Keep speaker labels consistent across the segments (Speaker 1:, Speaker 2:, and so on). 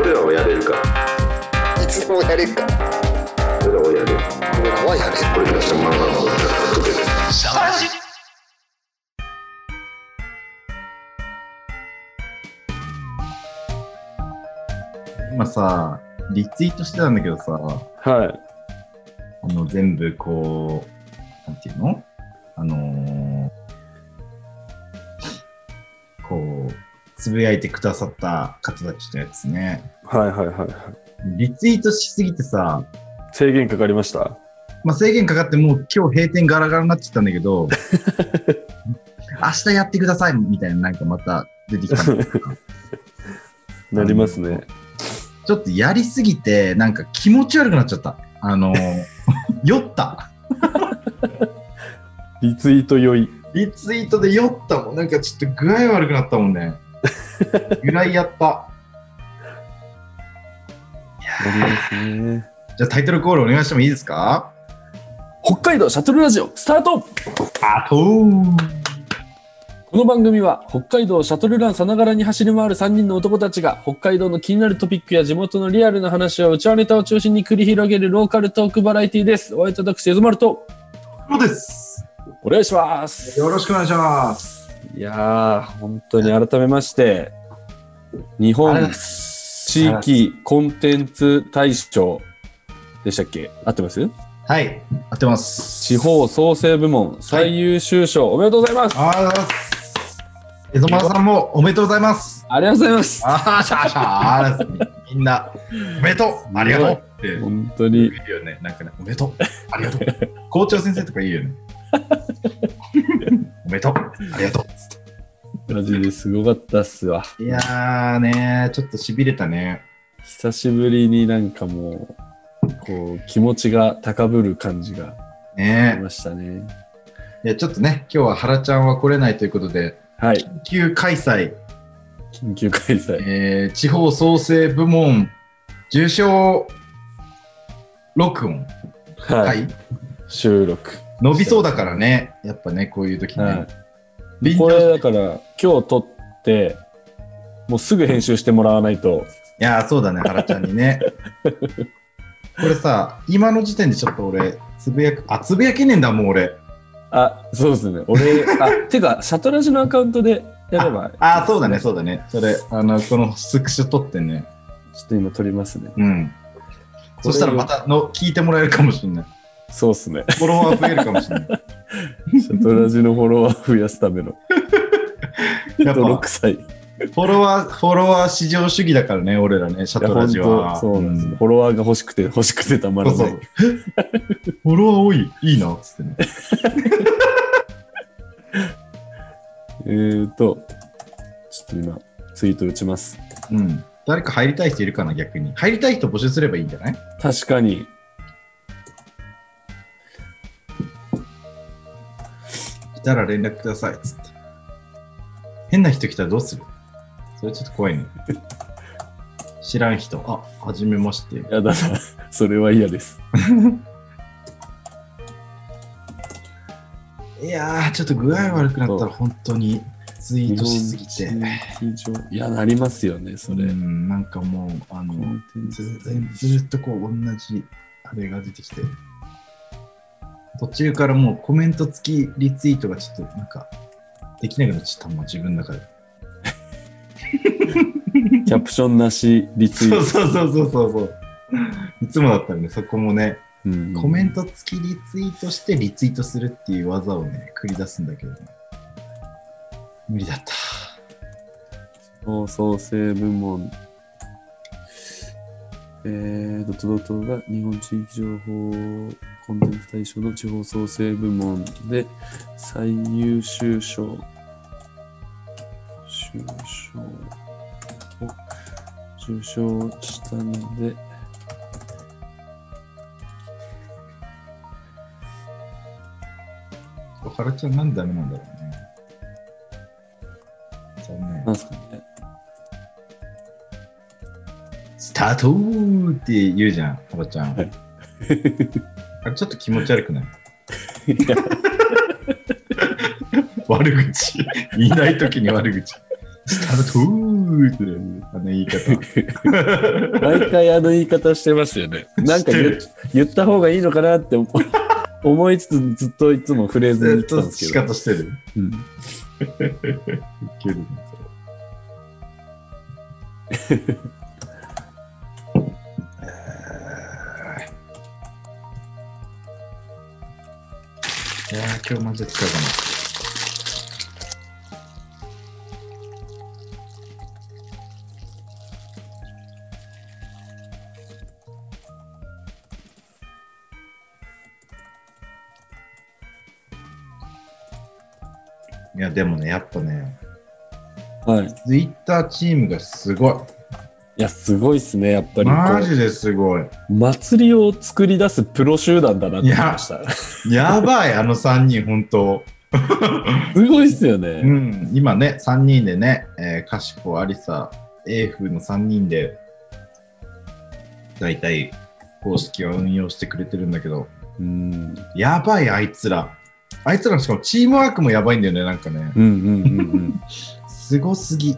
Speaker 1: 俺らはやれるから
Speaker 2: いつでもやれるから
Speaker 1: 俺らはやれる
Speaker 2: 俺らはやれる
Speaker 1: 俺たちのままのことで
Speaker 3: 今さ、リツイートしてたんだけどさ、あ
Speaker 4: はい。
Speaker 3: の全部こう、なんていうのあのー、こう、つぶやいてくださった方たちのやつね。
Speaker 4: はいはいはい。
Speaker 3: リツイートしすぎてさ、
Speaker 4: 制限かかりました
Speaker 3: まあ、制限かかってもう今日閉店ガラガラになっちゃったんだけ ど、明日やってくださいみたいななんかまた出てきたんだ けど
Speaker 4: なりますね。
Speaker 3: ちょっとやりすぎて、なんか気持ち悪くなっちゃった。あのー、酔った。
Speaker 4: リツイート良い。
Speaker 3: リツイートで酔ったもん。なんかちょっと具合悪くなったもんね。 ぐらいやった。
Speaker 4: なりますね。
Speaker 3: じゃあタイトルコールお願いしてもいいですか
Speaker 4: 北海道シャトルラジオスタート
Speaker 3: あとー
Speaker 4: この番組は北海道をシャトルランさながらに走り回る3人の男たちが北海道の気になるトピックや地元のリアルな話をうちわネタを中心に繰り広げるローカルトークバラエティです。お会いいただくし、ゆずまると
Speaker 3: そうです。
Speaker 4: お願いします。
Speaker 3: よろしくお願いします。
Speaker 4: いやー、本当に改めまして、
Speaker 3: あ
Speaker 4: 日
Speaker 3: り
Speaker 4: 本
Speaker 3: がとうございま
Speaker 4: 地域コンテンツ大賞でしたっけ合ってます
Speaker 3: はい。合ってます。
Speaker 4: 地方創生部門最優秀賞、おめでとうございます
Speaker 3: ありがとうございます。江戸丸さんもおめでとうございます。
Speaker 4: ありがとうございます
Speaker 3: あーしゃーしゃーです。みんな、おめでとうありがとうって
Speaker 4: 本当
Speaker 3: 言
Speaker 4: に
Speaker 3: うよね。なんかね、おめでとうありがとう。 校長先生とか言うよ ね。おめでとうありがとう。
Speaker 4: マジですごかったっすわ
Speaker 3: いやーねー、ちょっとしびれたね。
Speaker 4: 久しぶりになんかもうこう気持ちが高ぶる感じがあり
Speaker 3: ね
Speaker 4: ましたね
Speaker 3: いやちょっとね、今日は原ちゃんは来れないということで、
Speaker 4: はい
Speaker 3: 緊急開催、
Speaker 4: 緊急開催
Speaker 3: えー地方創生部門受賞録音、
Speaker 4: はい、
Speaker 3: はい、
Speaker 4: 収録、
Speaker 3: 伸びそうだからね、やっぱね、こういう時ね。
Speaker 4: は
Speaker 3: 臨
Speaker 4: い、
Speaker 3: 時
Speaker 4: これだから今日撮ってもうすぐ編集してもらわないと
Speaker 3: いやー、そうだね、原ちゃんに ね。これさ、今の時点でちょっと俺、つぶやく、あ、つぶやけねえんだ、もう俺。
Speaker 4: あそうですね俺あ てかシャトラジのアカウントでやれば
Speaker 3: あー、そうだね、そうだね。それ、あの、このスクショ撮ってね。
Speaker 4: ちょっと今撮りますね
Speaker 3: うん。そしたらまたの聞いてもらえるかもしれない。
Speaker 4: そうっすね
Speaker 3: フォロワー増えるかもし れない。
Speaker 4: シャトラジのフォロワー増やすための。
Speaker 3: やっぱ
Speaker 4: 6歳。い
Speaker 3: フォロワー、フォロワー至上主義だからね、俺らね、シャ
Speaker 4: や、
Speaker 3: ト
Speaker 4: 本
Speaker 3: ラジ
Speaker 4: 当
Speaker 3: は。
Speaker 4: そうなんです、
Speaker 3: うん
Speaker 4: フォロワーが欲しくて、欲しくてたまら
Speaker 3: そう
Speaker 4: ない
Speaker 3: そ。うえフォロワー多い、いいな、つってね。
Speaker 4: えーと、ちょっと今、ツイート打ちます。
Speaker 3: うん。誰か入りたい人いるかな、逆に。入りたい人募集すればいいんじゃない
Speaker 4: 確かに。
Speaker 3: 来たら連絡ください、つって。変な人来たらどうするそれちょっと怖いね。知らん人。あ、はじめまして。
Speaker 4: やだな。 それは嫌です。
Speaker 3: いやー、ちょっと具合悪くなったら本当にツイートしすぎて。
Speaker 4: 緊張。いや、なりますよね、それ。
Speaker 3: うん、なんかもう、あの、ずずずっとこう同じあれが出てきて途中からもうコメント付きリツイートがちょっとなんかできなくなっちゃったもう自分の中で
Speaker 4: キャプションなし、リツイー
Speaker 3: そ
Speaker 4: ト
Speaker 3: う。そうそうそうそうそういつもだったんでそこもね、
Speaker 4: うん
Speaker 3: コメント付きリツイートしてリツイートするっていう技をね繰り出すんだけどね無理だった
Speaker 4: 放送性部門。えー、ドットドットが日本地域情報コンテンツ大賞の地方創生部門で最優秀賞。収賞を受賞したので、
Speaker 3: 原ちゃんなんでダメなんだろうね残念
Speaker 4: なんすかね。
Speaker 3: スタートーって言うじゃん、タバちゃん。
Speaker 4: はい
Speaker 3: あれちょっと気持ち悪くない 悪口。いないときに悪口。スタートーってね、あの言い方。
Speaker 4: 毎回あの言い方してますよね。なんか言っ言った方がいいのかなって思思いつつ、ずっといつもフレーズ
Speaker 3: ず
Speaker 4: に
Speaker 3: っ
Speaker 4: 来たん
Speaker 3: と
Speaker 4: です
Speaker 3: 仕
Speaker 4: けど。
Speaker 3: 方してる。
Speaker 4: うん
Speaker 3: ウケるねそれえーいやー、今日マジで疲れたな。いや、でもね、やっぱね、
Speaker 4: はい。い
Speaker 3: ツイッターチームがすごい。
Speaker 4: や、すごいっすね、やっぱりこ
Speaker 3: マ
Speaker 4: う。
Speaker 3: ジですごい。
Speaker 4: 祭りを作り出すプロ集団だなって思いました。
Speaker 3: やばい、あの3人、本当。
Speaker 4: すごいっすよ
Speaker 3: う
Speaker 4: ね。
Speaker 3: ん、今ね、3人でね、えー、かしこ、ありさ、エーフの3人で、だいたい公式は運用してくれてるんだけど、
Speaker 4: うん。
Speaker 3: やばい、あいつら。あいつらのしかもチームワークもやばいんだよね、なんかね。
Speaker 4: うんうんうん うん。
Speaker 3: すごすぎ。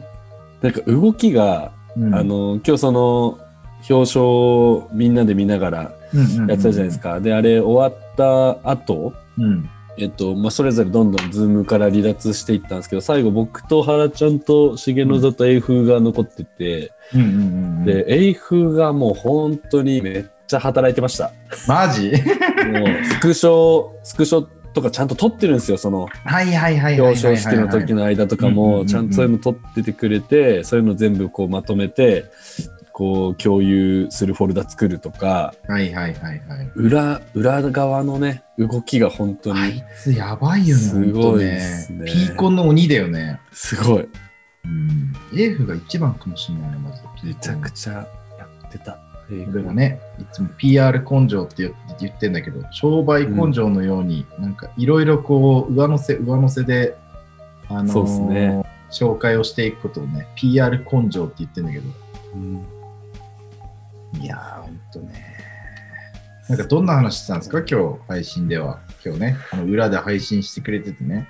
Speaker 4: なんか動きが、
Speaker 3: うん
Speaker 4: あ、の、今日その、表彰をみんなで見ながらやってたじゃないです
Speaker 3: か。
Speaker 4: か。で、あれ終わった後、
Speaker 3: うん。
Speaker 4: えっとまあ、それぞれどんどんズームから離脱していったんですけど最後僕と原ちゃんと重野座と英風が残ってて、
Speaker 3: うんうんうんうん、
Speaker 4: で英風がもう本当にめっちゃ働いてました
Speaker 3: マジ
Speaker 4: もうスクショスクショとかちゃんと撮ってるんですよその
Speaker 3: はいはいはいはいはいはいはい。
Speaker 4: 表彰式の時の間とか
Speaker 3: うんうんうんう
Speaker 4: も
Speaker 3: ん
Speaker 4: ちゃんとそういうの撮っててくれてそういうの全部こうまとめてこう共有するフォルダ作るとか
Speaker 3: はいはいはいはい。
Speaker 4: 裏裏側のね動きが本当
Speaker 3: あ
Speaker 4: に
Speaker 3: いつやばいよね。
Speaker 4: すごい
Speaker 3: ほ
Speaker 4: っ
Speaker 3: ん
Speaker 4: す
Speaker 3: と
Speaker 4: ね
Speaker 3: ね。ピーコンの鬼だよね。
Speaker 4: すごい
Speaker 3: うん。エーフが一番かもしれないね、まず。
Speaker 4: めちゃく
Speaker 3: ち
Speaker 4: ちゃやってた。
Speaker 3: ゃ。俺らね、いつも PR 根性って言言ってんだけど、商売根性のように、なんかいろいろこう、上乗せ、上乗せで、あのー
Speaker 4: そうっすね
Speaker 3: 紹介をしていくことをね、PR 根性って言ってんだけど、
Speaker 4: うん
Speaker 3: いやー、ほんとね。なんかどんな話してたんですか、今日、配信では。今日ね、あの裏で配信してくれててね。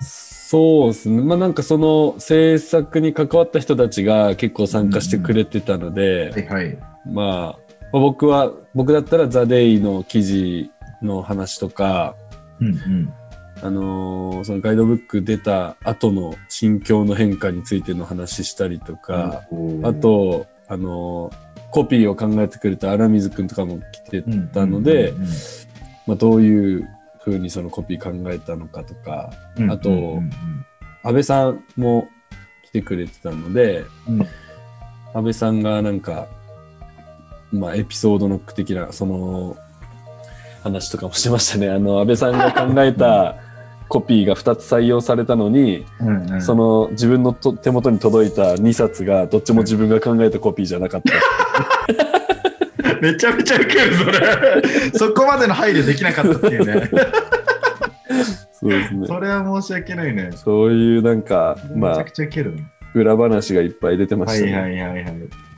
Speaker 4: そうですね。まあなんかその制作に関わった人たちが結構参加してくれてたので、
Speaker 3: はいはい。
Speaker 4: まあまあ僕は、僕だったらザ・デイの記事の話とか、
Speaker 3: うんうん。
Speaker 4: あのーそのガイドブック出た後の心境の変化についての話したりとか、あと、あのーコピーを考えてくれた荒水くんとかも来て
Speaker 3: うん、
Speaker 4: たので
Speaker 3: うんうん
Speaker 4: まあ、どういう風にそのコピー考えたのかとか、
Speaker 3: うん、
Speaker 4: あと
Speaker 3: うんうん
Speaker 4: 安倍さんも来てくれてたので、
Speaker 3: うん
Speaker 4: 安倍さんがなんか、まあ、エピソードノック的なその話とかもしてましたねあの安倍さんが考えたコピーが2つ採用されたのに、
Speaker 3: うんうんうん
Speaker 4: その自分のと手元に届いた2冊がどっちも自分が考えたコピーじゃなかった
Speaker 3: めちゃめちゃウケるそれそこまでの配慮できなかったっていうね
Speaker 4: そうですね
Speaker 3: それは申し訳ないね
Speaker 4: そういうなんか、
Speaker 3: め
Speaker 4: ま
Speaker 3: ち
Speaker 4: あ
Speaker 3: ゃく、ちゃウケるね、
Speaker 4: 裏話がいっぱい出てましたね、
Speaker 3: いはいはい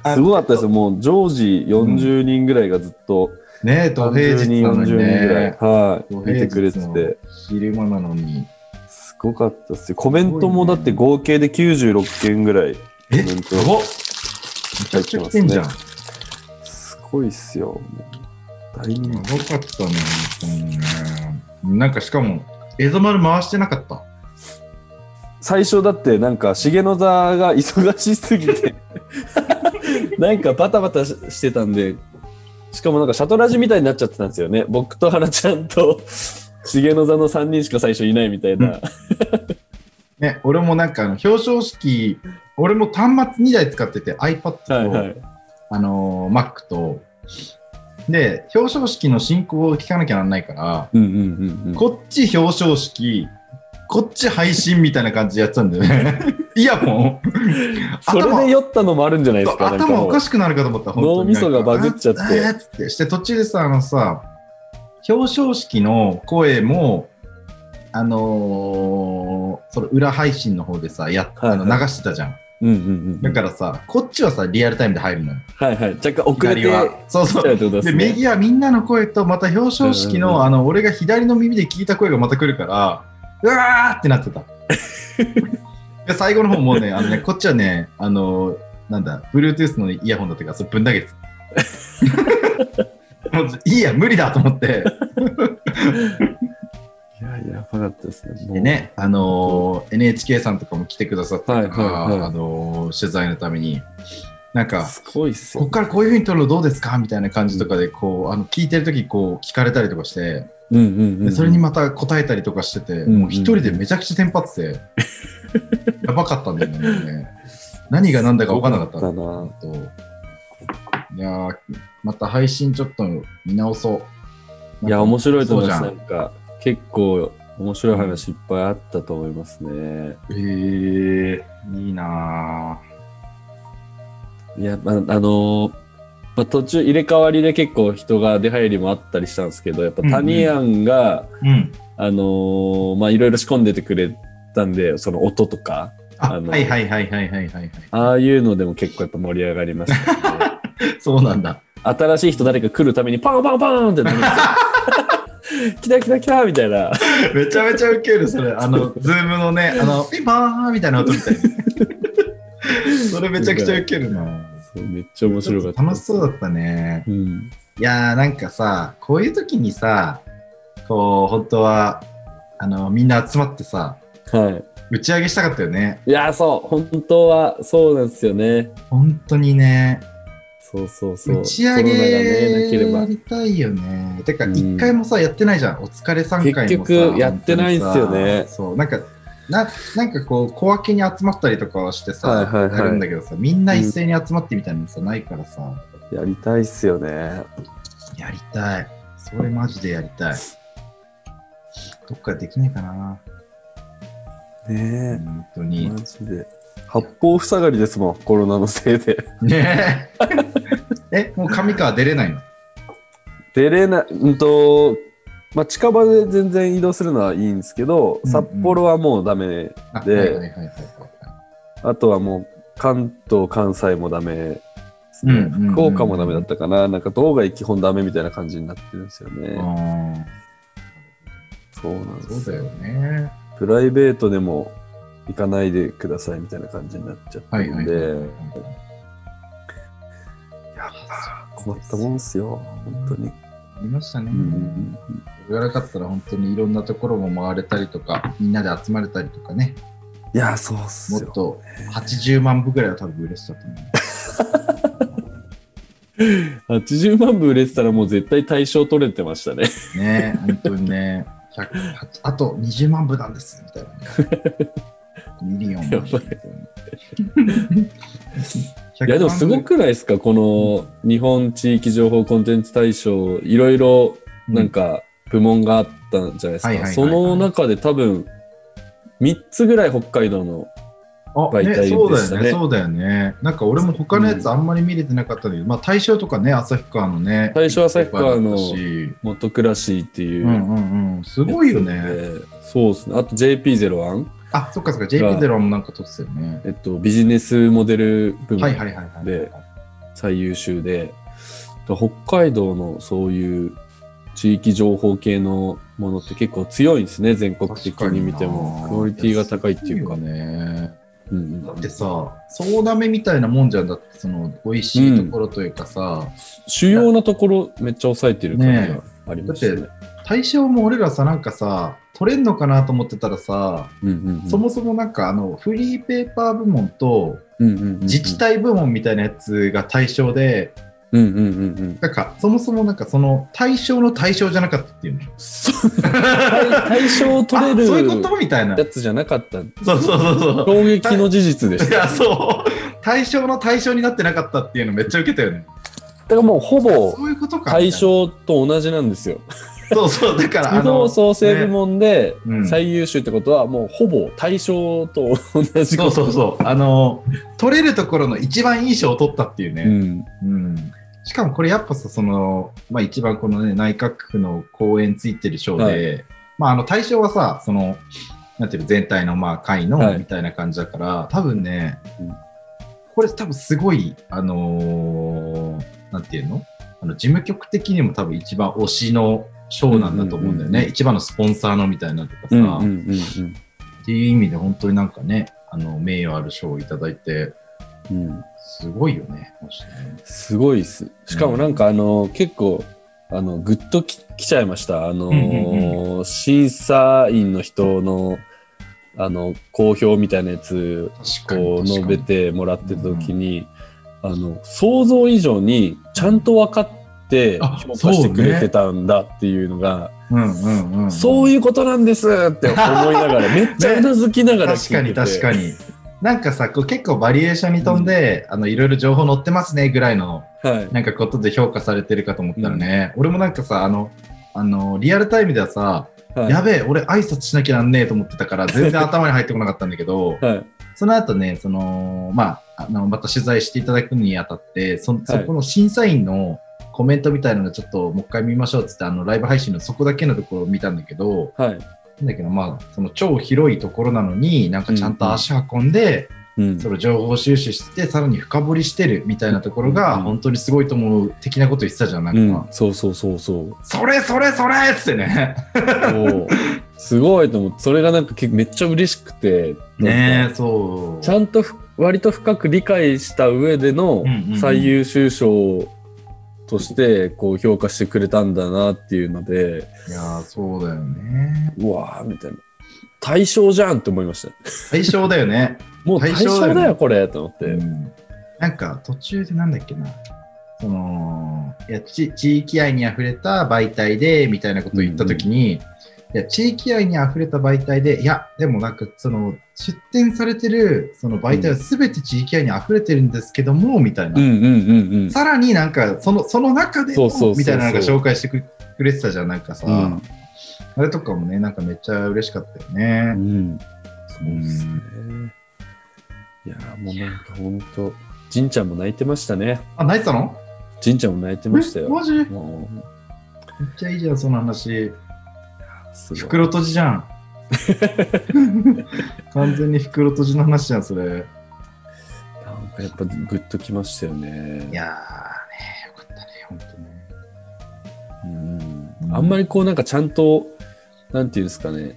Speaker 3: あ
Speaker 4: すごかったですよもう常時40人ぐらいがずっと、
Speaker 3: ねえ土平日なのに
Speaker 4: ぐらい、
Speaker 3: ね
Speaker 4: はい、
Speaker 3: 土
Speaker 4: 見
Speaker 3: 平日の
Speaker 4: てくれてて、
Speaker 3: 昼間なのに
Speaker 4: すごかったっすよ。コメントもだって合計で96件ぐらい、
Speaker 3: え
Speaker 4: コメント
Speaker 3: やばっめちゃくちゃ来てんじゃん、
Speaker 4: 入すごいっすよ。大人
Speaker 3: や
Speaker 4: 気
Speaker 3: ばかったね本当にねなんかしかもエゾ丸回してなかった
Speaker 4: 最初だってなんか重野座が忙しすぎて なんかバタバタししてたんでしかもなんかシャトラジみたいになっちゃってたんですよね僕と花ちゃん と重野座の3人しか最初いないみたい な、
Speaker 3: ね俺もなんかあの表彰式俺も端末2台使ってて iPad と、
Speaker 4: はいはい
Speaker 3: あのー Mac と、で、表彰式の進行を聞かなきゃなんないから、
Speaker 4: うんうんうんうん
Speaker 3: こっち表彰式、こっち配信みたいな感じでやってたんだよ ね。いやもう、
Speaker 4: それで酔ったのもあるんじゃないですかなんか
Speaker 3: 頭
Speaker 4: も
Speaker 3: お
Speaker 4: う
Speaker 3: かしくなるかと思った、本当に。
Speaker 4: 脳みそがバグっちゃって
Speaker 3: なんかあーっつって、して途中でさ、あのさ、表彰式の声も、あのーその裏配信の方でさ、やっあの
Speaker 4: はいは
Speaker 3: 流してたじゃん。
Speaker 4: うんうんう
Speaker 3: だ
Speaker 4: ん
Speaker 3: からさ、こっちはさ、リアルタイムで入るのよ。
Speaker 4: はいはい若干遅れて
Speaker 3: 左は。そうそう
Speaker 4: ちゃうってことです
Speaker 3: で
Speaker 4: ね
Speaker 3: 右はみんなの声とまた表彰式
Speaker 4: うんうんう
Speaker 3: のあの俺 が左の耳で聞いた声がまた来るからうわーってなってたや最後の方もうね、あのね、こっちはね、あの、なんだ、Bluetooth のイヤホンだったから、それぶん投げて た。もういいや、無理だと思って。
Speaker 4: いや、やばかったですね。もう
Speaker 3: で。ね、あのー NHK さんとかも来てくださったりとか、
Speaker 4: はいはいはい
Speaker 3: あのー取材のために、なんか、
Speaker 4: すごいっす
Speaker 3: こ
Speaker 4: よ
Speaker 3: っ。からこういうふうに撮るのどうですかみたいな感じとかで、こう、あの聞いてるとき、こう、聞かれたりとかして、
Speaker 4: うんうんう
Speaker 3: で
Speaker 4: ん。
Speaker 3: それにまた答えたりとかしてて、
Speaker 4: ん
Speaker 3: もう一人でめちゃくちゃテンパって て、やばかったんだよね。もうね何が何だか分からなかった。
Speaker 4: すごか
Speaker 3: といやーまた配信ちょっと見直そう。
Speaker 4: いや、面白いと思います。
Speaker 3: そ
Speaker 4: な
Speaker 3: うん
Speaker 4: か、結構面白い話いっぱいあったと思いますね。
Speaker 3: じゃん。えー、いいなー
Speaker 4: いや、まあ、あのーまあ、途中入れ替わりで結構人が出入りもあったりしたんですけど、やっぱ
Speaker 3: うんうん
Speaker 4: タニアンが、
Speaker 3: うん。
Speaker 4: あのーまあ、いろいろ仕込んでてくれたんで、その音とか、
Speaker 3: あ、
Speaker 4: あの
Speaker 3: はいはいはいはいはいはい。
Speaker 4: ああいうのでも結構やっぱ盛り上がりましたね、
Speaker 3: そうなんだ。
Speaker 4: 新しい人誰か来るためにパンパンパンってなる んですよ来た来た来たみたいな。
Speaker 3: めちゃめちゃウケる、それ。あの、ズームのね、あの、ピンポーンみたいな音みたい な。それめちゃくちゃウケるな。
Speaker 4: そうめっちゃ面白かった。
Speaker 3: 楽しそうだったね。
Speaker 4: うん。
Speaker 3: いやーなんかさこういう時にさこう本当はあのみんな集まってさ
Speaker 4: はい。
Speaker 3: 打ち上げしたかったよね
Speaker 4: いや、そう、本当はそうなんですよね。
Speaker 3: 本当にね
Speaker 4: そうそうそう。
Speaker 3: 打ち上
Speaker 4: コロナがねなけれ
Speaker 3: げや
Speaker 4: ば。
Speaker 3: りたいよねてか
Speaker 4: うん
Speaker 3: 一回もさやってないじゃんお疲れ3回もさ
Speaker 4: 結局やってないんすよね
Speaker 3: そうなんかななんかこう小分けに集まったりとかはしてさ、
Speaker 4: はいはいはい
Speaker 3: やるんだけどさみんな一斉に集まってみたいなのさ、ないからさ
Speaker 4: やりたいっすよね。
Speaker 3: やりたいそれマジでやりたいどっかできないかな
Speaker 4: ね
Speaker 3: 本当
Speaker 4: え。
Speaker 3: に
Speaker 4: マジで。八方塞がりですもん、コロナのせいで。
Speaker 3: ねえ。え、もう上川出れないの
Speaker 4: 出れない、うんと、まあ、近場で全然移動するのはいいんですけど、
Speaker 3: うん
Speaker 4: 札幌はもうダメ。
Speaker 3: あ
Speaker 4: で
Speaker 3: はいはいはいはい。
Speaker 4: あとはもう関東、関西もダメです
Speaker 3: うん
Speaker 4: ね。
Speaker 3: うんうん
Speaker 4: 福岡もダメだったかな。なんか道外基本ダメみたいな感じになってるんですよね。
Speaker 3: あ
Speaker 4: そうなんです
Speaker 3: ーそうだよね。
Speaker 4: プライベートでも行かないでくださいみたいな感じになっちゃった
Speaker 3: は
Speaker 4: ん
Speaker 3: い
Speaker 4: で、
Speaker 3: はいはいはい。
Speaker 4: やっぱ困ったもんですよ、本当に。
Speaker 3: ありましたね
Speaker 4: う。ん、
Speaker 3: やらなかったら本当にいろんなところも回れたりとか、みんなで集まれたりとかね、
Speaker 4: いや、そうっす
Speaker 3: もっ
Speaker 4: よ。
Speaker 3: と80万部ぐらいは多分嬉しさと思う。
Speaker 4: 80万部売れてたらもう絶対対象取れてましたね。
Speaker 3: ねえ、本当にね。100あと20万部なんですみたいな、 ね。ミリオン
Speaker 4: や
Speaker 3: な
Speaker 4: ば
Speaker 3: ん
Speaker 4: い
Speaker 3: だみたいな。
Speaker 4: いや、でもすご
Speaker 3: く
Speaker 4: くないですか、この日本地域情報コンテンツ大賞、いろいろなんか部門があったんじゃないです
Speaker 3: はいはいはいは
Speaker 4: か。
Speaker 3: い
Speaker 4: その中で多分3つぐらい北海道の、
Speaker 3: あ
Speaker 4: 媒体
Speaker 3: ね、そう
Speaker 4: で
Speaker 3: だ
Speaker 4: した
Speaker 3: よ
Speaker 4: ね
Speaker 3: ね、そうだよね。なんか俺も他のや
Speaker 4: うん
Speaker 3: つあんまり見れてなかったんだけど、まあ大賞とかね、旭川のね。
Speaker 4: 大賞旭川
Speaker 3: いっぱいあっ
Speaker 4: の
Speaker 3: たし
Speaker 4: 元暮らしっていうう。
Speaker 3: んうんうん、すごいよね。
Speaker 4: そうですね。あと JP01、
Speaker 3: あ、そっかそっか、JP0 もなんか撮ってたよね。
Speaker 4: えっと、ビジネスモデル部
Speaker 3: は
Speaker 4: 門
Speaker 3: いはいはいはい。
Speaker 4: で最優秀で、北 海道のそういう地域情報系のものって結構強いんですね、全国的に見ても。
Speaker 3: 確かにな
Speaker 4: クオリティが高いっていうか。
Speaker 3: やすごね。
Speaker 4: うんうん
Speaker 3: だってさ、そうだめみたいなもんじゃんだって、その美味しいところというかさ、
Speaker 4: 主要なところめっちゃ抑えてる感じがありましたね。
Speaker 3: だ大賞も俺らさ、なんかさ、取れんのかなと思ってたらさ、
Speaker 4: うんうんうん
Speaker 3: そもそもなんかあの、フリーペーパー部門と、
Speaker 4: うんうんうん
Speaker 3: 自治体部門みたいなやつが対象で、
Speaker 4: うんうんうんうん。
Speaker 3: なんかそもそもなんかその対象の対象じゃなかったっていうね。
Speaker 4: そう対対象を取れ
Speaker 3: あ
Speaker 4: る
Speaker 3: そういうことみたいな。
Speaker 4: やつじゃなかった。
Speaker 3: そうそうそうそ
Speaker 4: 衝撃の事実でし
Speaker 3: う。い
Speaker 4: た。
Speaker 3: や、そう。対象の対象になってなかったっていうのめっちゃウケたよね。
Speaker 4: だからもうほぼ
Speaker 3: そういうことか。
Speaker 4: 対。象と同じなんですよ。
Speaker 3: そうそう。だから、
Speaker 4: 地方創生部
Speaker 3: ね
Speaker 4: 門で
Speaker 3: うん
Speaker 4: 最優秀ってことは、もうほぼ対象と同じ
Speaker 3: そ
Speaker 4: こ
Speaker 3: う
Speaker 4: と。
Speaker 3: そうそう。あの、取れるところの一番いい賞を取ったっていうね。
Speaker 4: うん。
Speaker 3: うんしかもこれやっぱさその、まあ、一番この、ね、内閣府の公演ついてる賞で、
Speaker 4: はい
Speaker 3: まあ、あの対象はさそのなんていうの全体のまあ会
Speaker 4: は
Speaker 3: の
Speaker 4: い
Speaker 3: みたいな感じだから、多分ね、
Speaker 4: うん
Speaker 3: これ多分すごいあのーなんていうのあの事務局的にも多分一番推しの賞なんだと思うんだよね、
Speaker 4: うんうんうん
Speaker 3: 一番のスポンサーのみたいなとかさ、
Speaker 4: うんうんうんうん。
Speaker 3: っていう意味で本当になんかね、ああの名誉ある賞をいただいて、
Speaker 4: うん、
Speaker 3: すごいよね、マジ
Speaker 4: すごいっす。しかもなんかあの、結構、あの、ぐっとき来ちゃいました。あのー
Speaker 3: うん
Speaker 4: 審査員の人の、あの、好評みたいなやつ
Speaker 3: 確か
Speaker 4: こう
Speaker 3: に。
Speaker 4: 述べてもらってた時に、あの、想像以上にちゃんと分かって
Speaker 3: あ
Speaker 4: 評価してくれてたんだっていうのが、
Speaker 3: うんうんうんうん。
Speaker 4: そういうことなんですって思いながら、めっちゃうなずきながら
Speaker 3: 確か
Speaker 4: 聞い
Speaker 3: に
Speaker 4: てて
Speaker 3: 確かに。なんかさ、こう結構バリエーションに飛んで、あの、いろいろ情報載ってますねぐらいの、
Speaker 4: はい。
Speaker 3: なんかことで評価されてるかと思ったらね、俺もなんかさ、あの、あの、リアルタイムではさ、
Speaker 4: はい。
Speaker 3: やべえ、俺挨拶しなきゃなんねえと思ってたから、全然頭に入ってこなかったんだけ ど、
Speaker 4: はい。
Speaker 3: その後ね、その、まあ、あの、また取材していただくにあたって、そ、そこの審査員のコメントみたいなのちょっともう一回見ましょうっつって、あの、ライブ配信のそこだけのところを見たんだけど、
Speaker 4: はい。
Speaker 3: なんだけど、まあ、その超広いところなのに、なんかちゃんと足運んで、
Speaker 4: うん。
Speaker 3: その情報収集して、さらに深掘りしてるみたいなところ
Speaker 4: う
Speaker 3: が、
Speaker 4: ん
Speaker 3: 本当にすごいと思う的なこと言ってたじゃん、なん
Speaker 4: う
Speaker 3: か、
Speaker 4: ん、そうそうそうそう。
Speaker 3: それそれそれっつってね。
Speaker 4: そうすごいと思ってそれがなんか結構めっちゃ嬉しくてなん
Speaker 3: ね
Speaker 4: か
Speaker 3: え、そう。
Speaker 4: ちゃんとふ割と深く理解した上での
Speaker 3: うんうんうん
Speaker 4: 最優秀賞としてこう評価してくれたんだなっていうので
Speaker 3: いやー、そうだよね。
Speaker 4: うわーみたいな対象じゃんって思いました
Speaker 3: 対象だよね。
Speaker 4: もう対
Speaker 3: 対
Speaker 4: 象
Speaker 3: 象
Speaker 4: だ
Speaker 3: だ
Speaker 4: よ
Speaker 3: よね
Speaker 4: これと思って、
Speaker 3: うんなんか途中でなんだっけな、そのいやち地域愛にあふれた媒体でみたいなことを言ったときに、いや地域愛にあふれた媒体で、いや、でもなんかその出展されてるその媒体は全て地域愛にあふれてるんですけども、みたいな、
Speaker 4: うんうんうんうん
Speaker 3: さらになんかそのその中で
Speaker 4: そう
Speaker 3: も
Speaker 4: そうそうそう
Speaker 3: みたいななんか紹介してくくれてたじゃん、なんかさ、
Speaker 4: うん
Speaker 3: あれとかもね、なんかめっちゃ嬉しかったよ
Speaker 4: う
Speaker 3: ね。
Speaker 4: んそうっすねいやーもうなんかほんとじんちゃんも泣いてましたね
Speaker 3: あ、泣いてたの
Speaker 4: じんちゃんも泣いてました
Speaker 3: え
Speaker 4: よ
Speaker 3: マジめっ
Speaker 4: も
Speaker 3: ちゃいいじゃん、その話。
Speaker 4: うすごい
Speaker 3: 袋閉じじゃ ん。完全に袋閉じの話じゃん、それ。
Speaker 4: なんかやっぱグッときましたよね。
Speaker 3: いやーね、よかったね、本当ね。
Speaker 4: うん
Speaker 3: う、ん
Speaker 4: あんまりこうなんかちゃんと、なんていうんですかね、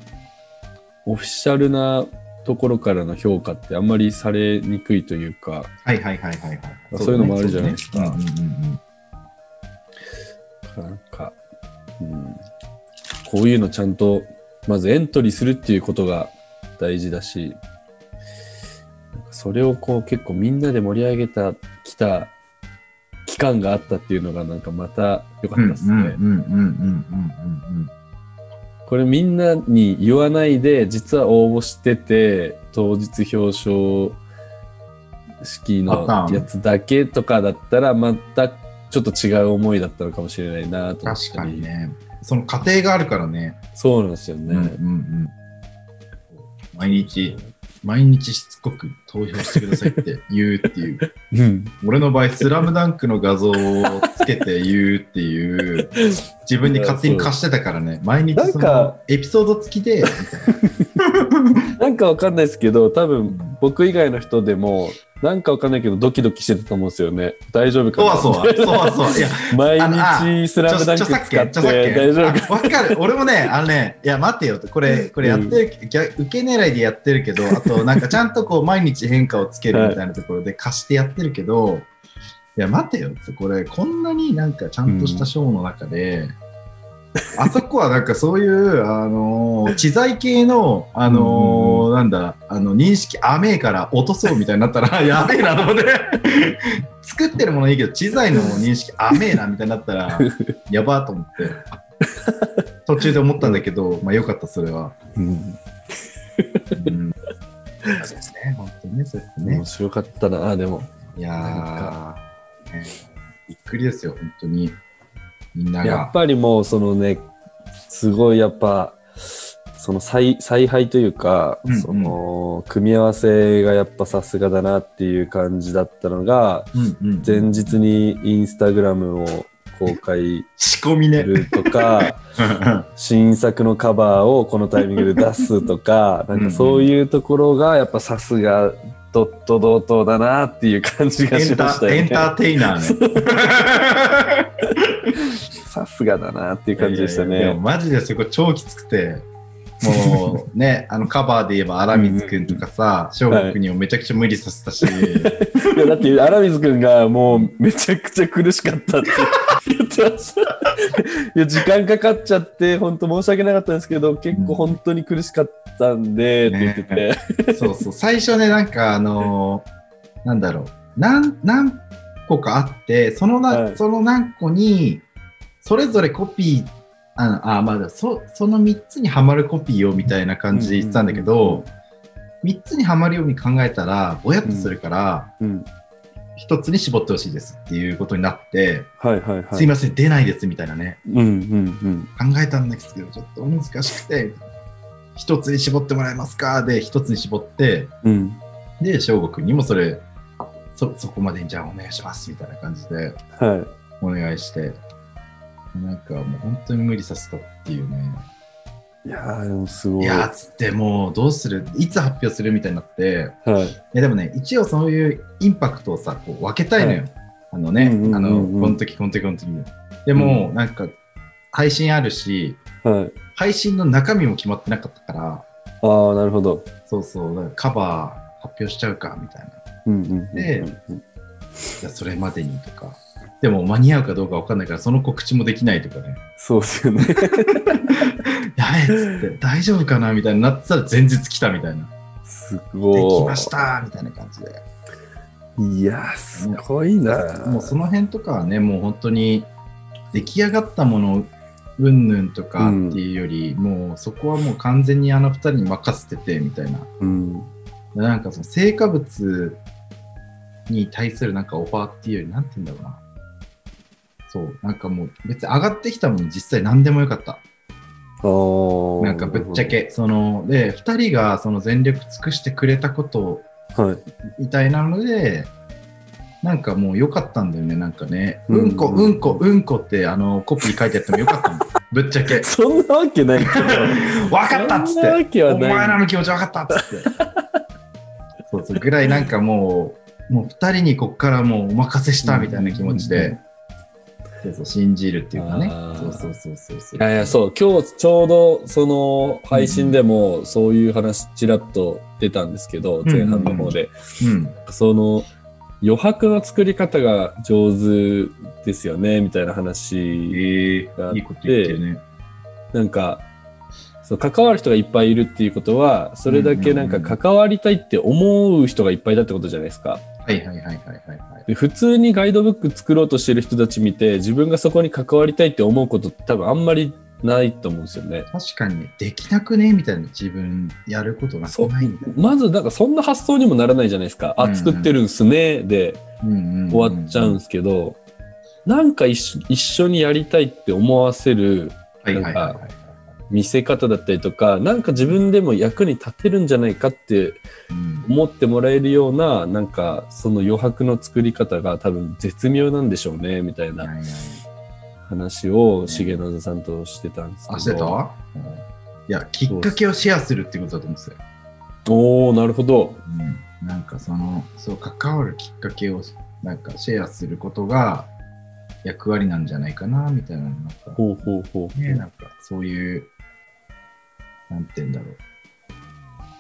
Speaker 4: オフィシャルなところからの評価ってあんまりされにくいというか、
Speaker 3: はいはいはいはい、はい
Speaker 4: あそういうのもあるじゃないですか
Speaker 3: そうだねうんうんうん
Speaker 4: なんか、うん、こういうのちゃんと、まずエントリーするっていうことが大事だし、なんかそれをこう結構みんなで盛り上げた、きた期間があったっていうのがなんかまた良かったですね。
Speaker 3: うんうんうんうんうん
Speaker 4: これみんなに言わないで実は応募してて当日表彰式の
Speaker 3: パターン
Speaker 4: やつだけとかだったらまたちょっと違う思いだったのかもしれないなと思ったり
Speaker 3: 確かにね。その過程があるからね。
Speaker 4: そうなんですよね、
Speaker 3: うんうんうん毎日、毎日しつこく投票してくださいって言うっていう。
Speaker 4: うん、
Speaker 3: 俺の場合、スラムダンクの画像をつけて言うっていう、自分に勝手に貸してたから ね、毎日
Speaker 4: なん
Speaker 3: そ
Speaker 4: か
Speaker 3: のエピソード付きで、
Speaker 4: なんかわかんないですけど多分僕以外の人でもなんかわかんないけどドキドキしてたと思うんですよね大丈夫か
Speaker 3: そ
Speaker 4: な
Speaker 3: わそわ、そわそわ、いや、
Speaker 4: 毎
Speaker 3: あの
Speaker 4: 日スラムダンク使って
Speaker 3: 著作権
Speaker 4: 大丈夫か
Speaker 3: あわかる、俺もね、あのね、いや、待ってよと、これ、これやってる、逆受け狙いでやってるけど、あと、なんかちゃんとこう、毎日変化をつけるみたいなところで貸してやってるけど、いや、待てよって、これ、こんなになんかちゃんとしたショーの中で、あそこはなんかそういう、あのー知財系の、あのーなんだ、あの、認識甘えから落とそうみたいになったら、 やべえなと思って、作ってるものいいけど、知財の認識甘えなみたいになったら、やばーと思って、途中で思ったんだけど、まあよかった、それは。
Speaker 4: うん
Speaker 3: うん。そうですね、本当にね、そうですね
Speaker 4: 面。白かったなあでも
Speaker 3: い
Speaker 4: なん
Speaker 3: やー、ねびっくりですよ、本当に。みんな
Speaker 4: やっ
Speaker 3: が。
Speaker 4: ぱりもうそのねすごいやっぱその采采配というか、
Speaker 3: うんうん
Speaker 4: その組み合わせがやっぱさすがだなっていう感じだったのが
Speaker 3: うんうん
Speaker 4: 前日にインスタグラムを公開
Speaker 3: 仕込み
Speaker 4: す
Speaker 3: ね。
Speaker 4: るとか新作のカバーをこのタイミングで出すとかなんか そういうところがやっぱさすがドット同等だなっていう感じが
Speaker 3: エ
Speaker 4: し
Speaker 3: ンタ
Speaker 4: ましたよ
Speaker 3: エンタ
Speaker 4: ね。
Speaker 3: ーテイナーね。
Speaker 4: さすがだなっていう感じでしたね。
Speaker 3: いやいやいやでもマジでそこ超きつくて、もうね、あのカバーで言えば荒水くんとかさ、翔吾くんにもめちゃくちゃ無理させた し、
Speaker 4: いやだって、荒水くんがもうめちゃくちゃ苦しかったって言ってました。いや、時間かかっちゃって、本当申し訳なかったんですけど、結構本当に苦しかったんで、って言ってて、
Speaker 3: そうそう、最初ね、なんかあのーなんだろう、なん何個かあって、そのな、
Speaker 4: はい
Speaker 3: その何個に、それぞれコピー、ああ、まあそ、その3つにはまるコピーをみたいな感じで言ってたんだけど、3つにはまるように考えたら、ぼやっとするから、
Speaker 4: うん。
Speaker 3: 1つに絞ってほしいですっていうことになって、
Speaker 4: はいはいは
Speaker 3: すい
Speaker 4: い。
Speaker 3: ません、出ないですみたいなね、
Speaker 4: うんうん
Speaker 3: 考えたんですけど、ちょっと難しくて、1つに絞ってもらえますかで、1つに絞って、
Speaker 4: うん。うん。
Speaker 3: で、翔吾くんにもそれ、そ、そこまでにじゃあお願いしますみたいな感じで
Speaker 4: はい。
Speaker 3: お願いして、なんかもう本当に無理させたっていうね。
Speaker 4: いやー、でもすご
Speaker 3: い
Speaker 4: い。
Speaker 3: やー
Speaker 4: は
Speaker 3: つってもうどうするいつ発表するみたいになって、
Speaker 4: い。
Speaker 3: いやでもね、一応そういうインパクトをさ、こう分けたいのよ。
Speaker 4: は
Speaker 3: あのね、
Speaker 4: うんうんうんうん
Speaker 3: あの、この時、この時、この時の。でも、なんか、配信あるし、
Speaker 4: はい。
Speaker 3: 配信の中身も決まってなかったから、
Speaker 4: ああ、なるほど。
Speaker 3: そうそう、だからカバー発表しちゃうか、みたいな。
Speaker 4: うんうんうん。
Speaker 3: でじゃあそれまでにとか。でも間に合うかどうかわかんないから、その告知もできないとかね。
Speaker 4: そうですよね。
Speaker 3: やべえっつって、大丈夫かなみたいになってたら前日来たみたいな。
Speaker 4: す
Speaker 3: で
Speaker 4: ごい。
Speaker 3: きましたみたいな感じで。
Speaker 4: いやー、すごいな。
Speaker 3: もうその辺とかはね、もう本当に出来上がったものうんぬんとかっていうより、もうそこはもう完全にあの二人に任せててみたいな。
Speaker 4: うん。
Speaker 3: なんかその成果物に対するなんかオファーっていうより、なんて言うんだろうな。そう、なんかもう別に上がってきたもの実際何でもよかった。
Speaker 4: あー
Speaker 3: なんかぶっちゃ。け、その、で、2人がその全力尽くしてくれたこと
Speaker 4: はい。
Speaker 3: みたいなので、なんかもう良かったんだよね、なんかね。
Speaker 4: うん
Speaker 3: うんこ、うんこ、うんこって、あの、コピー書いてあっても良かったの。 ぶっちゃけ。
Speaker 4: そんなわけないけど。
Speaker 3: 分かったっつ
Speaker 4: そ
Speaker 3: っ
Speaker 4: んなわ
Speaker 3: て。
Speaker 4: けは
Speaker 3: お
Speaker 4: ない。
Speaker 3: 前らの気持ち分かったっつって。 そうそう、ぐらいなんかもう、もう2人にこっからもうお任せしたみたいな気持ちで、そうそう、信じるっていうかね
Speaker 4: あ。
Speaker 3: そ
Speaker 4: ー
Speaker 3: うそうそうそうそう。
Speaker 4: いやいや、そう、今日ちょうどその配信でもそういう話ちらっと出たんですけど、
Speaker 3: ん
Speaker 4: 前半の方で。
Speaker 3: うん。
Speaker 4: その余白の作り方が上手ですよね、みたいな話。
Speaker 3: えー、いいこと言ってるね。
Speaker 4: なんか、そう関わる人がいっぱいいるっていうことは、それだけなんか関わりたいって思う人がいっぱいだってことじゃないですか。
Speaker 3: はいはいはいはいはいはい。
Speaker 4: で普通にガイドブック作ろうとしてる人たち見て自分がそこに関わりたいって思うことって多分あんまりないと思うんですよね。
Speaker 3: 確かにできなくねみたいな自分やることが少ないんだよ
Speaker 4: まずなんかそんな発想にもならないじゃないですか。
Speaker 3: うんう
Speaker 4: あ
Speaker 3: ん
Speaker 4: 作ってるんすねで
Speaker 3: 終
Speaker 4: 終わっちゃうんですけど、なんか一緒一緒にやりたいって思わせる
Speaker 3: はいはいはいはいはい、
Speaker 4: 見せ方だったりとかなんか自分でも役に立てるんじゃないかって
Speaker 3: うん
Speaker 4: 思ってもらえるようななんかその余白の作り方が多分絶妙なんでしょうねみたい
Speaker 3: はい
Speaker 4: な
Speaker 3: はい
Speaker 4: 話を重信さんとしてたんですけど。
Speaker 3: あしてた、うんいやきっかけをシェアするってことだと思うんですよ、
Speaker 4: おおなるほど。
Speaker 3: うん、なんかそのそう関わるきっかけをなんかシェアすることが役割なんじゃないかなみたいななんか
Speaker 4: ほうほうほう。
Speaker 3: ね、なんかそういう、なんて言うんだろ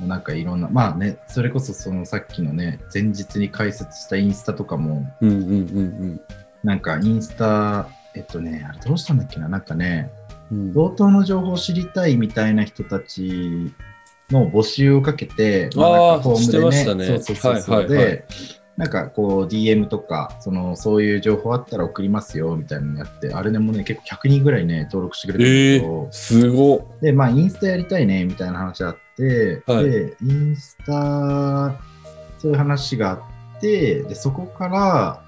Speaker 3: う。なんかいろんな、まあね、それこそそのさっきのね、前日に開設したインスタとかも、
Speaker 4: うんうんうん
Speaker 3: なんかインスタ、えっとね、あれどうしたんだっけな、なんかね、
Speaker 4: うん。
Speaker 3: 同等の情報を知りたいみたいな人たちの募集をかけて、
Speaker 4: あー
Speaker 3: なんか
Speaker 4: してましたね
Speaker 3: そうそうそうそう、
Speaker 4: はいはいはい
Speaker 3: で、なんかこう DM とかそのそういう情報あったら送りますよみたいなのやってあれでもね結構100人ぐらいね登録してくれたん
Speaker 4: え
Speaker 3: です
Speaker 4: え
Speaker 3: けど、
Speaker 4: ー、すごっ。
Speaker 3: で、まあ、インスタやりたいね、みたいな話あって、
Speaker 4: はい
Speaker 3: で、インスタ、そういう話があって、で、そこから、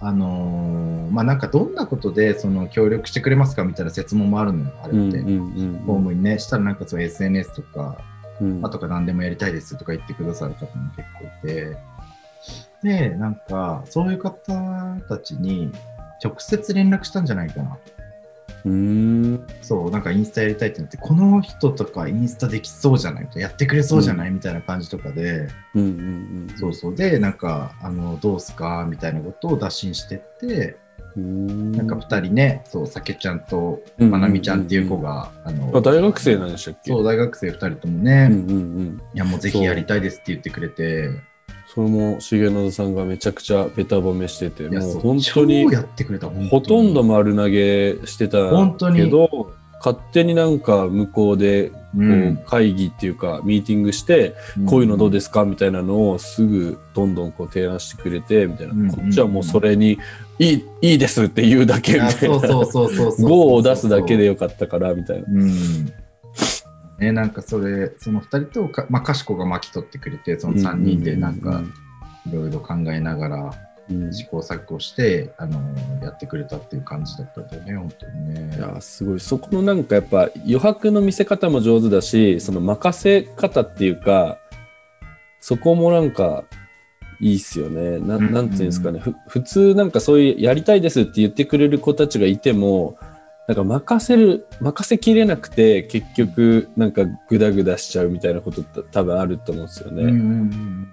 Speaker 3: あのーまあ、なんかどんなことで、その、協力してくれますかみたいな質問もあるのよ、あれ
Speaker 4: う
Speaker 3: っ
Speaker 4: ん
Speaker 3: て。
Speaker 4: うんうん
Speaker 3: ホームにね、したらなんかその SNS とか、
Speaker 4: うん。
Speaker 3: あとか何でもやりたいですとか言ってくださる方も結構いて、で、なんか、そういう方たちに直接連絡したんじゃないかな。
Speaker 4: うーん。
Speaker 3: そう、なんかインスタやりたいってなって、この人とかインスタできそうじゃないみたいなやってくれそうじゃないみたいな感じとかで、
Speaker 4: うんうんうん。
Speaker 3: そうそう。で、なんか、あの、どうすかみたいなことを打診してって、
Speaker 4: な
Speaker 3: なんか2人ね、そう、さけちゃんとまなみちゃんっていう子が、あの
Speaker 4: あ大学生なんでしたっけ
Speaker 3: そう、大学生2人とも
Speaker 4: うんう
Speaker 3: ね、
Speaker 4: んうん。
Speaker 3: いや、もうぜひやりたいですって言ってくれて、
Speaker 4: それも重信さんがめちゃくちゃベタ褒めしてて、
Speaker 3: いや、
Speaker 4: も
Speaker 3: そうう
Speaker 4: 本当に
Speaker 3: 超やってくれた、本当に
Speaker 4: ほとんど丸投げしてた
Speaker 3: 本当に
Speaker 4: けど、勝手になんか向こうでこ
Speaker 3: う
Speaker 4: うん会議っていうかミーティングして、こういうのどうですかみたいなのをすぐどんどんこう提案してくれてみたいな、
Speaker 3: うん
Speaker 4: こっちはもうそれにいいいいですって言うだけ
Speaker 3: い
Speaker 4: み
Speaker 3: や
Speaker 4: たい
Speaker 3: そう
Speaker 4: な
Speaker 3: そうそうそう そう。
Speaker 4: ゴーを出すだけでよかったからみたいな。
Speaker 3: うん。ね、なんかそれ、その2人とか、まあ、かしこが巻き取ってくれて、その3人でなんか、いろいろ考えながら、
Speaker 4: うん、い
Speaker 3: 試行錯誤して、あのやってくれたっていう感じだったんだよね、本当にね。
Speaker 4: やすごいそこのなんかやっぱ余白の見せ方も上手だしその任せ方っていうかそこもなんかいいっすよねな
Speaker 3: うん
Speaker 4: なんていうんですかね、ふ普通なんかそういうやりたいですって言ってくれる子たちがいてもなんか任せる任せきれなくて結局なんかグダグダしちゃうみたいなことって多分あると思うんですよね、
Speaker 3: うんうんうん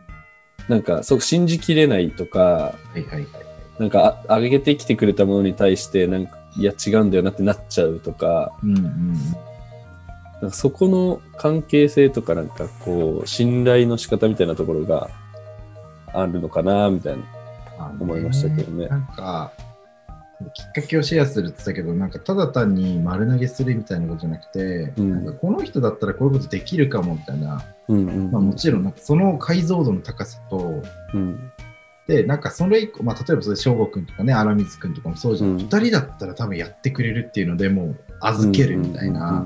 Speaker 4: なんかそう信じきれないとか
Speaker 3: はいはいはい。
Speaker 4: なんかあ上げてきてくれたものに対してなんかいや違うんだよなってなっちゃうとか
Speaker 3: うんうん
Speaker 4: なんかそこの関係性とかなんかこう信頼の仕方みたいなところがあるのかなみたいな。
Speaker 3: あのね
Speaker 4: 思いましたけどね
Speaker 3: なんか、きっかけをシェアするって言ってたけど、なんかただ単に丸投げするみたいなことじゃなくて、
Speaker 4: うん
Speaker 3: なんかこの人だったらこういうことできるかもみたいな、
Speaker 4: うんうん
Speaker 3: まあ、もちろんなんかその解像度の高さと、
Speaker 4: うん
Speaker 3: で、なんかそれ以降、まあ、例えばそれ翔吾くんとかね、荒水くんとかもそうじゃん、
Speaker 4: うん
Speaker 3: 2人だったら多分やってくれるっていうのでもう預けるみたいな。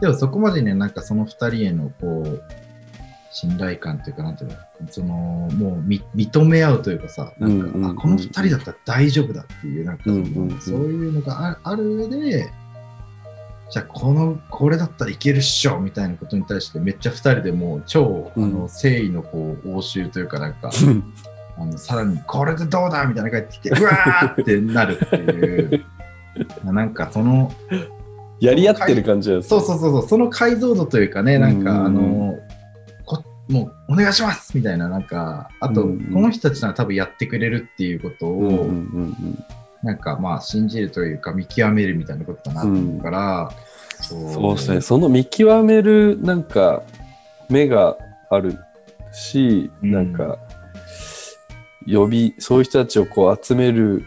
Speaker 3: でもそこまでね、なんかその2人へのこう、信頼感というか、なんていうの、その、もうみ認め合うというかさ、なんか、
Speaker 4: うんうんうん
Speaker 3: あ、この2人だったら大丈夫だっていう、なんかその、
Speaker 4: うんうんうん
Speaker 3: そういうのがあある上で、じゃあこの、これだったらいけるっしょみたいなことに対して、めっちゃ2人でもう超、
Speaker 4: うん
Speaker 3: あの、誠意のこう、応酬というか、なん か、
Speaker 4: うんうん
Speaker 3: あのさらにこれでどうだみたいなのが帰ってきて、うわーってなるっていう、なんかその、
Speaker 4: やり合ってる感じなんです
Speaker 3: そうそうそうそう、その解像度というかね、なんか、あ
Speaker 4: うんうん
Speaker 3: の、こもうお願いしますみたいな、なんか、あと、
Speaker 4: うんうん
Speaker 3: この人たちなら多分やってくれるっていうことを、
Speaker 4: うんうんうん
Speaker 3: なんかまあ、信じるというか、見極めるみたいなことだなと思うから、
Speaker 4: うんそうですねその見極めるなんか目があるし、
Speaker 3: うん
Speaker 4: なんか呼びそういう人たちをこう集める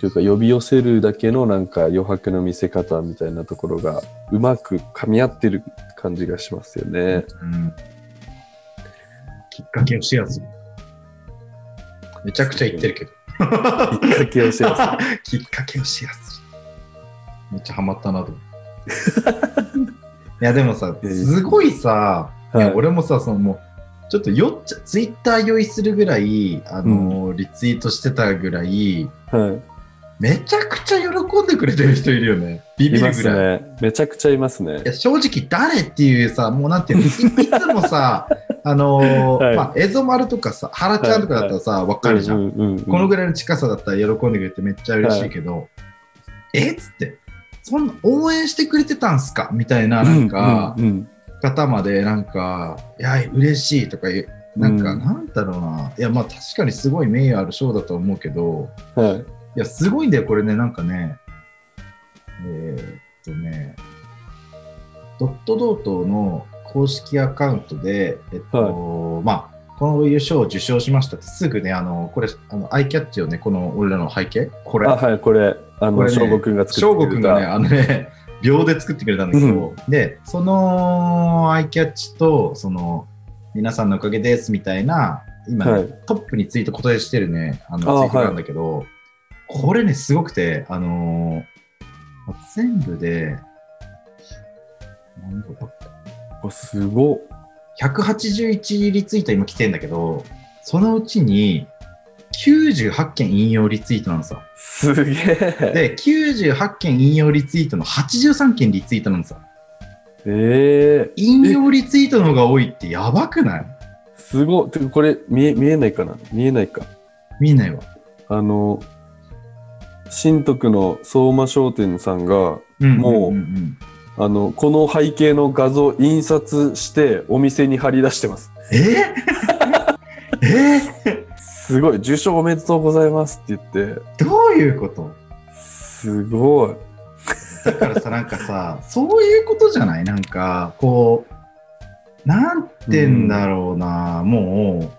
Speaker 4: というか呼び寄せるだけのなんか余白の見せ方みたいなところがうまく噛み合ってる感じがしま すよね。
Speaker 3: うんきっかけをシェアする。めちゃくちゃ言ってるけど。
Speaker 4: きっかけをシェアす る
Speaker 3: きっかけをシェアする。めっちゃハマったなと思って。 いやでもさ、
Speaker 4: ええ
Speaker 3: すごいさ、い
Speaker 4: はい
Speaker 3: や俺もさ、そのもう、ちょっと酔っちゃ、ツイッター酔いするぐらい、あのーリツイートしてたぐらい、
Speaker 4: はい、
Speaker 3: めちゃくちゃ喜んでくれてる人いるよね。ビビ
Speaker 4: いま
Speaker 3: るぐ
Speaker 4: す
Speaker 3: らい。
Speaker 4: ね。めちゃくちゃいますね
Speaker 3: い。や正直誰っていうさ、もうなんていうの、いいつも さ、あのー
Speaker 4: はい
Speaker 3: まあ、エゾマルとかさ、ハラちゃんとかだったらさ、わかるじゃん。
Speaker 4: うんうんうん、
Speaker 3: この
Speaker 4: ぐ
Speaker 3: ぐらいの近さだったら喜んでくれてめっちゃ嬉しいけど、えっつって、そんな応援してくれてたんすかみたいな、なんか
Speaker 4: う、んうん
Speaker 3: 方まで、なんか、いや、嬉しいとか言う、なんか、
Speaker 4: うん
Speaker 3: なんだろうな、いや、まあ確かにすごい名誉ある賞だと思うけど、
Speaker 4: うんはい、
Speaker 3: いや、すごいんだよ、これね、なんかね、えーっとね、ドットドートの公式アカウントで、えっと、まあ、こういう賞を受賞しましたって、すぐね、あの、これ、あのアイキャッチをね、この俺らの背景、これ
Speaker 4: あ、はいこれあ
Speaker 3: こ
Speaker 4: の
Speaker 3: れね
Speaker 4: 翔吾くんが作
Speaker 3: 翔
Speaker 4: ってくれた
Speaker 3: 吾くんがね、あのね、 秒で作ってくれたんだけど、で、そのアイキャッチと、その、皆さんのおかげですみたいな、今ね、
Speaker 4: はい
Speaker 3: トップについて答えしてるね、あの
Speaker 4: あー
Speaker 3: ツイートなんだけど、これね、すごくて、あのー全部で、なんだろう
Speaker 4: おすごっ
Speaker 3: 181リツイート今来てんだけど、そのうちに98件引用リツイートなんですよ。
Speaker 4: すげえ
Speaker 3: で、98件引用リツイートの83件リツイートなんですよ。
Speaker 4: えー、
Speaker 3: 引用リツイートの方が多いってやばくない
Speaker 4: すごってかこれ見え見えないかな見えないか
Speaker 3: 見ないわ。
Speaker 4: あの新徳の相馬商店さんが
Speaker 3: うん
Speaker 4: もうん
Speaker 3: ん
Speaker 4: あのこの背景の画像を印刷してお店に貼り出してます
Speaker 3: えーえー
Speaker 1: すごい。受賞おめでとうございますって言って、
Speaker 3: どういうこと
Speaker 1: すごい。
Speaker 3: だからさ、なんかさ、そういうことじゃないなんか、こう、なんてんだろうな、も
Speaker 1: も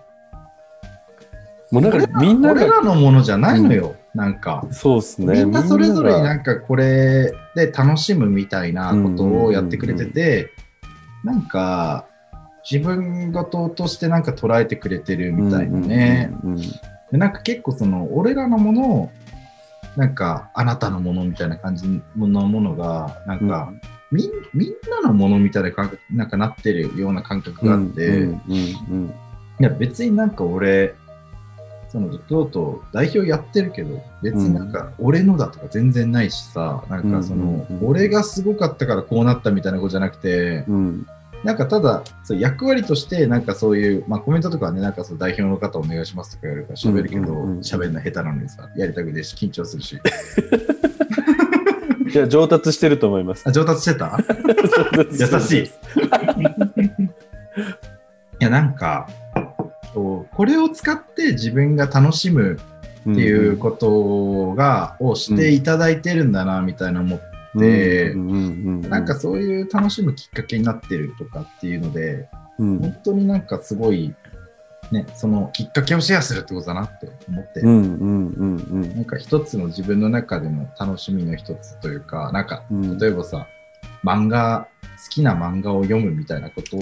Speaker 1: う
Speaker 3: う、
Speaker 1: なん
Speaker 3: 俺
Speaker 1: からみんな
Speaker 3: 俺
Speaker 1: が、
Speaker 3: らのものじゃないのよ、なんか。
Speaker 1: そうっすね。
Speaker 3: みんなそれぞれ
Speaker 1: みんなが
Speaker 3: なんかこれで楽しむみたいなことをやってくれてて、なんか自分事としてなんか捉えてくれてるみたいなね。
Speaker 1: うんうんうんうん。
Speaker 3: でなんか結構その俺らのものをなんかあなたのものみたいな感じのものがなんか、みんみんなのものみたいな感覚なんかなってるような感覚があって、
Speaker 1: うんうん
Speaker 3: いや別になんか俺そのとうとう代表やってるけど別になんか俺のだとか全然ないしさ、なんかその、
Speaker 1: うんうんうん
Speaker 3: 俺がすごかったからこうなったみたいなことじゃなくて
Speaker 1: うんうん
Speaker 3: なんかただそう役割としてなんかそういう、まあ、コメントとかはねなんかその代表の方お願いしますとかやるから喋るけど
Speaker 1: うんうんうん
Speaker 3: 喋、るの下手なのにさやりたくねえし緊張するし
Speaker 1: うん。いや、上達してると思います。
Speaker 3: あ上達して たい優しい
Speaker 1: い。
Speaker 3: やなんかこうこれを使って自分が楽しむっていうことが、をしていただいてるんだなみたいな思って、で
Speaker 1: うんうんう
Speaker 3: なんか、そういう楽しむきっかけになってるとかっていうので
Speaker 1: うん
Speaker 3: 本当になんかすごい、ね、そのきっかけをシェアするってことだなって思って、
Speaker 1: うんうんうんうん
Speaker 3: なんか一つの自分の中での楽しみの一つというかなんか
Speaker 1: うん
Speaker 3: 例えばさ漫画好きな漫画を読むみたいなこと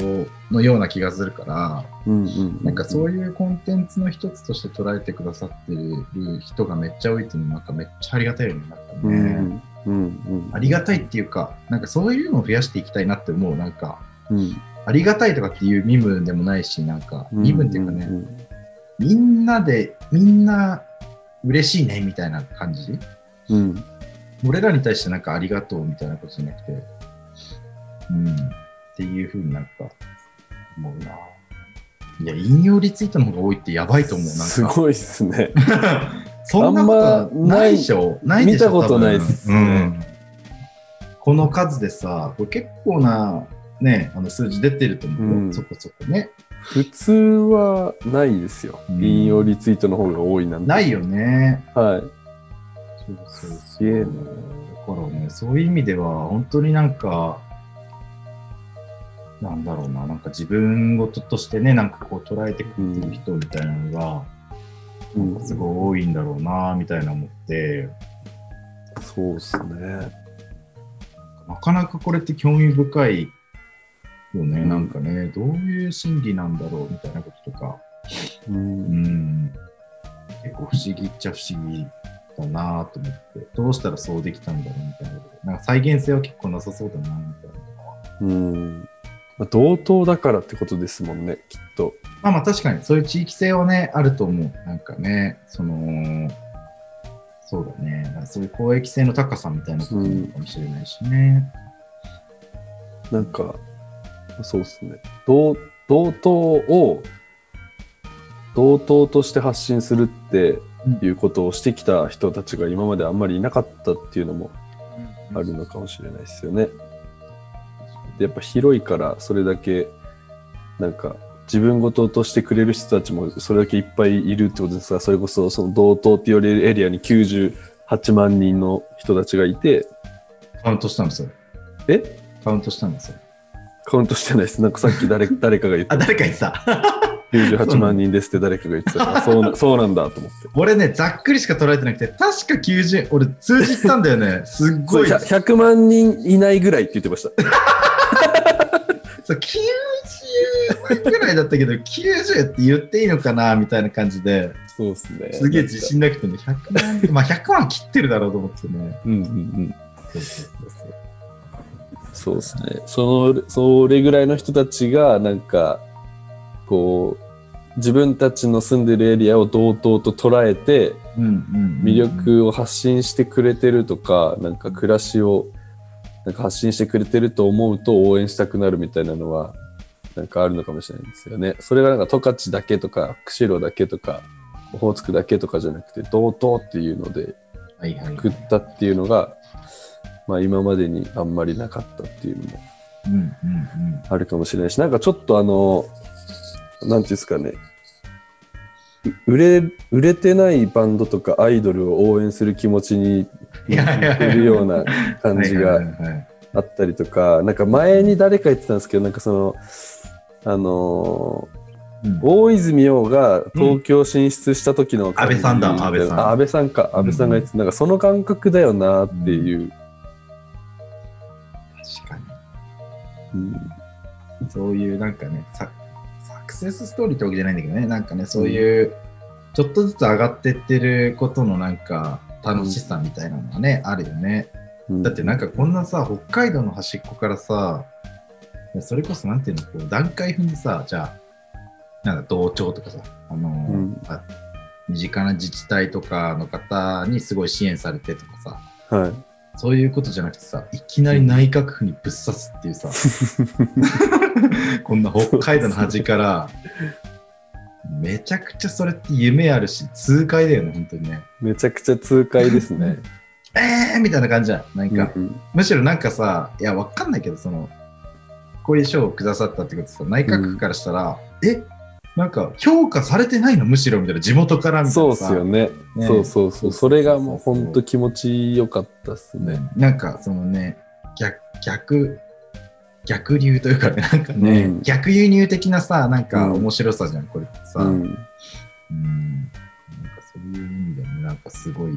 Speaker 3: のような気がするから
Speaker 1: うんうん
Speaker 3: なんかそういうコンテンツの一つとして捉えてくださってる人がめっちゃ多いっていうのなんかめっちゃありがたいよね。なんか
Speaker 1: う
Speaker 3: ね
Speaker 1: んうん
Speaker 3: ありがたいっていうか、なんかそういうのを増やしていきたいなって思う。なんか、
Speaker 1: うん
Speaker 3: ありがたいとかっていう身分でもないし、なんか、
Speaker 1: うん
Speaker 3: 身分っていうかね、みんなで、みんな嬉しいねみたいな感じ。
Speaker 1: うん
Speaker 3: 俺らに対してなんかありがとうみたいなことじゃなくて、うん、っていうふうになんか、思うな。いや、引用リツイートの方が多いってやばいと思う。なんか
Speaker 1: すごいっすね
Speaker 3: そんなことないでしょないでしょ
Speaker 1: 見たことないっす
Speaker 3: 多分うんこの数でさ、これ結構な、ね、あの数字出てると思うよ、
Speaker 1: うん
Speaker 3: そこそこね。
Speaker 1: 普通はないですよ
Speaker 3: うん
Speaker 1: 引用リツイートの方が多いなんて
Speaker 3: ないよね。
Speaker 1: はい
Speaker 3: そうそうそう
Speaker 1: すげえな
Speaker 3: だからね、そういう意味では、本当になんか、なんだろうな、なんか自分事としてね、なんかこう捉えてくれてる人みたいなのが、
Speaker 1: うん
Speaker 3: すごい多いんだろうな、みたいな思って、
Speaker 1: そうっすね
Speaker 3: なかなかこれって興味深いよね、
Speaker 1: うん
Speaker 3: なんかね、どういう心理なんだろうみたいなこととか、
Speaker 1: う
Speaker 3: うんん、結構不思議っちゃ不思議だなと思って、どうしたらそうできたんだろうみたいなこと、なんか再現性は結構なさそうだなみたい
Speaker 1: う
Speaker 3: な。
Speaker 1: んまあ同等だからってことですもんねきっと
Speaker 3: まあまあ確かにそういう地域性はね、あると思う。なんかね、その、そうだね、なんかそういう公益性の高さみたいなことなのかもしれないしね。
Speaker 1: なんかそうっすね同同等を同等として発信するっていうことをしてきた人たちが今まであんまりいなかったっていうのもあるのかもしれないですよね。でやっぱ広いからそれだけなんか自分事としてくれる人たちもそれだけいっぱいいるってことですからそれこそその同等って言われるエリアに98万人の人たちがいて
Speaker 3: カウントしたんですよ。
Speaker 1: え
Speaker 3: カウントしたんですよ。
Speaker 1: カウントしてないですなんかさっき誰誰かが言って
Speaker 3: あ、誰かにさ、
Speaker 1: 98万人ですって誰かが言ってた からそうなそうなんだと思って
Speaker 3: 俺ね、ざっくりしか捉えてなくて、確か90、俺通じたんだ よね。すっごい。
Speaker 1: そう
Speaker 3: そ
Speaker 1: 100 100万人いないぐらいって言ってました
Speaker 3: う90ぐらいだったけど、90って言っていいのかなみたいな感じで、
Speaker 1: そうですね
Speaker 3: すげえ自信なくてね、100万、まあ100万切ってるだろうと思ってね。
Speaker 1: うんうんうん
Speaker 3: そうそうそうそう
Speaker 1: そうですね。その、それぐらいの人たちが、なんか、こう、自分たちの住んでるエリアを同等と捉えて、
Speaker 3: うんうん、
Speaker 1: 魅。力を発信してくれてるとか、なんか暮らしを、なんか発信してくれてると思うと応援したくなるみたいなのは、なんかあるのかもしれないですよね。それがなんか十勝だけとか、釧路だけとか、オホーツクだけとかじゃなくて、同等っていうので、
Speaker 3: はいはい。
Speaker 1: 食ったっていうのが、まあ今までにあんまりなかったっていうのも
Speaker 3: うんうんうん。
Speaker 1: あるかもしれないし、なんかちょっとあの、なんていうんですかね、売れ売れてないバンドとかアイドルを応援する気持ちに
Speaker 3: いやい
Speaker 1: 似て
Speaker 3: や
Speaker 1: るよう
Speaker 3: な
Speaker 1: な感じがあったりとか、なんか前に誰か言ってたんですけど、なんかその、あのー大泉洋が東京進出した時の感じ、
Speaker 3: 安倍さんだ安倍さん
Speaker 1: あ安倍さんか、安倍さんが言ってた、なんかその感覚だよなっていう。
Speaker 3: 確か
Speaker 1: うん
Speaker 3: に。そういうなんかねサ、サクセスストーリーってわけじゃないんだけどね、なんかね、そういう、ちょっとずつ上がってってることのなんか、楽しさみたいなのがね、あるよね。
Speaker 1: うん
Speaker 3: だってなんかこんなさ、北海道の端っこからさ、それこそなんていうの、こう段階踏んでさ、じゃあ、なんか同調とかさ、あのー
Speaker 1: うん
Speaker 3: あ身近な自治体とかの方にすごい支援されてとかさ、
Speaker 1: はい。
Speaker 3: そういうことじゃなくてさ、いきなり内閣府にぶっ刺すっ ていうさ、こんな北海道の端から、めちゃくちゃそれって夢あるし、痛快だよね、本当にね。
Speaker 1: めちゃくちゃ痛快ですね。
Speaker 3: えーみたいな感じじゃん。なんか、
Speaker 1: うん
Speaker 3: むしろなんかさ、いや、わかんないけど、その、こういう賞をくださったってことさ、内閣府からしたら、えなんか、評価されてないのむしろみたいな、地元からみたい
Speaker 1: そう
Speaker 3: な
Speaker 1: っ
Speaker 3: さ。
Speaker 1: すよね。
Speaker 3: ね
Speaker 1: そうそうそう。それがもう
Speaker 3: そうそうそう
Speaker 1: 本当気持ちよかったっすね。
Speaker 3: なんかそのね逆逆逆流というかねなんかね、
Speaker 1: うん
Speaker 3: 逆輸入的なさなんか
Speaker 1: うん
Speaker 3: 面白さじゃんこれってさ、
Speaker 1: う
Speaker 3: うん
Speaker 1: ん。
Speaker 3: なんかそういう意味でもなんかすごい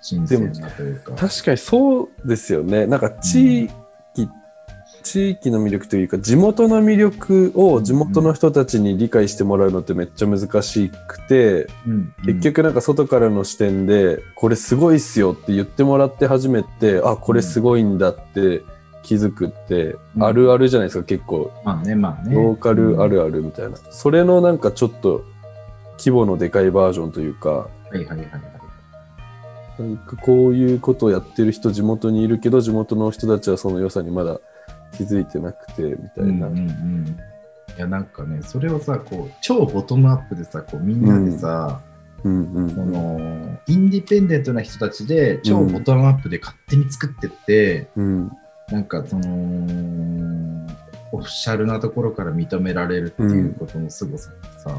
Speaker 3: 新鮮なというか
Speaker 1: 確かにそうですよね。なんか地域、地域の魅力というか、地元の魅力を地元の人たちに理解してもらうのってめっちゃ難しくて、
Speaker 3: うん
Speaker 1: 結局なんか外からの視点で、これすごいっすよって言ってもらって初めて、あ、これすごいんだって気づくって、
Speaker 3: うん
Speaker 1: あるあるじゃないですか、結構。
Speaker 3: まあねまあね
Speaker 1: ローカルあ、るあるみたいな、それのなんかちょっと規模のでかいバージョンというか
Speaker 3: うんはいはいはいはい
Speaker 1: なんかこういうことをやってる人地元にいるけど地元の人たちはその良さにまだ気づいてなくてみたいな、
Speaker 3: うんうんうんいやなんかねそれをさこう超ボトムアップでさこうみんなでさ、
Speaker 1: うんうん
Speaker 3: そのインディペンデントな人たちで超ボトムアップで勝手に作ってって、
Speaker 1: うん
Speaker 3: なんかそのオフィシャルなところから認められるっていうことのすごさってさ、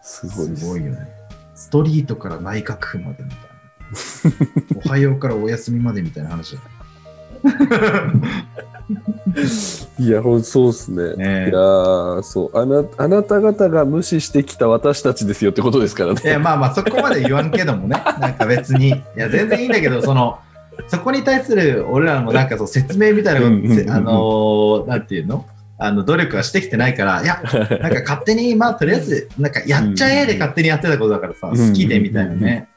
Speaker 1: すごいです
Speaker 3: すごいよね。ストリートから内閣府までみたい な。おはようからお休みまでみたいな話だ。
Speaker 1: いやほんそうっすね
Speaker 3: ねえ
Speaker 1: いやーそうあなあなた方が無視してきた私たちですよってことです からね
Speaker 3: いやまあまあそこまで言わんけど もね、なんか別に。いや全然いいんだけど、その、そこに対する俺らもなんかそう説明みたいな
Speaker 1: うんうんうんうん
Speaker 3: の、あのーなんていうのあの努力はしてきてないから、いや、なんか勝手に、まあとりあえず、なんかやっちゃえで勝手にやってたことだからさ、
Speaker 1: うんうんうん
Speaker 3: 好きでみたいなね。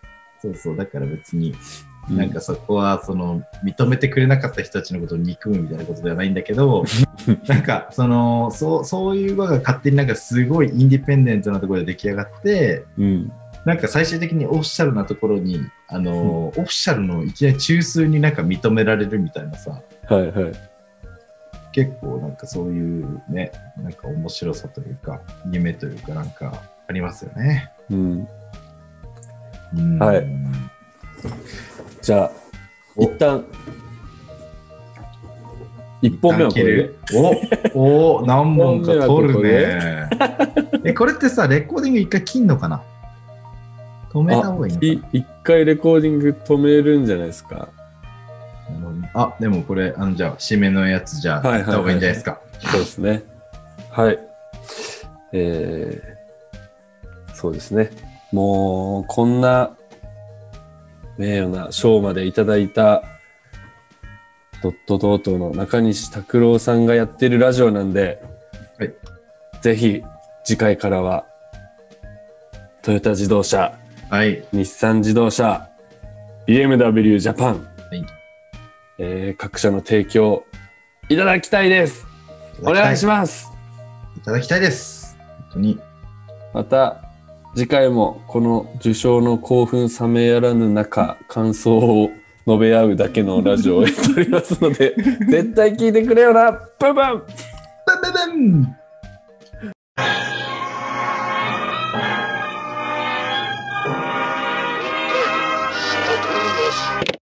Speaker 3: そうそう、だから別に、なんかそこはその認めてくれなかった人たちのことを憎むみたいなことではないんだけ どなんかそのそうそういう輪が勝手になんかすごいインディペンデントなところで出来上がって
Speaker 1: うん
Speaker 3: なんか最終的にオフィシャルなところにあの、オフィシャルのいきなり中枢になんか認められるみたいなさ
Speaker 1: はいはい
Speaker 3: 結構なんかそういうねなんか面白さというか夢というかなんかありますよね。
Speaker 1: うん
Speaker 3: うん
Speaker 1: はいじゃあ一旦一本目はこれで
Speaker 3: おお何本か取るね
Speaker 1: 一。
Speaker 3: え、これってさ、レコーディング一回切んのかな止めた方がいいの
Speaker 1: い一回レコーディング止めるんじゃないですか。
Speaker 3: ああ、でもこれ、あの、じゃあ、締めのやつじゃあ、
Speaker 1: はいはい
Speaker 3: やった方がいいんじゃないですか。
Speaker 1: そうですね。はい。えー、そうですね。もう、こんな名誉な賞までいただいたドットドートの中西拓郎さんがやってるラジオなんで、
Speaker 3: はい
Speaker 1: ぜひ次回からはトヨタ自動車、
Speaker 3: はい。
Speaker 1: 日産自動車、BMW ジャパン、
Speaker 3: い
Speaker 1: えー各社の提供いただきたいです。お願いします。
Speaker 3: す。いただきたいです。本当に。
Speaker 1: また次回もこの受賞の興奮冷めやらぬ中、感想を述べ合うだけのラ ジオをやっておりますので、絶対聞いてくれよな。ブンブン
Speaker 3: バンバンバン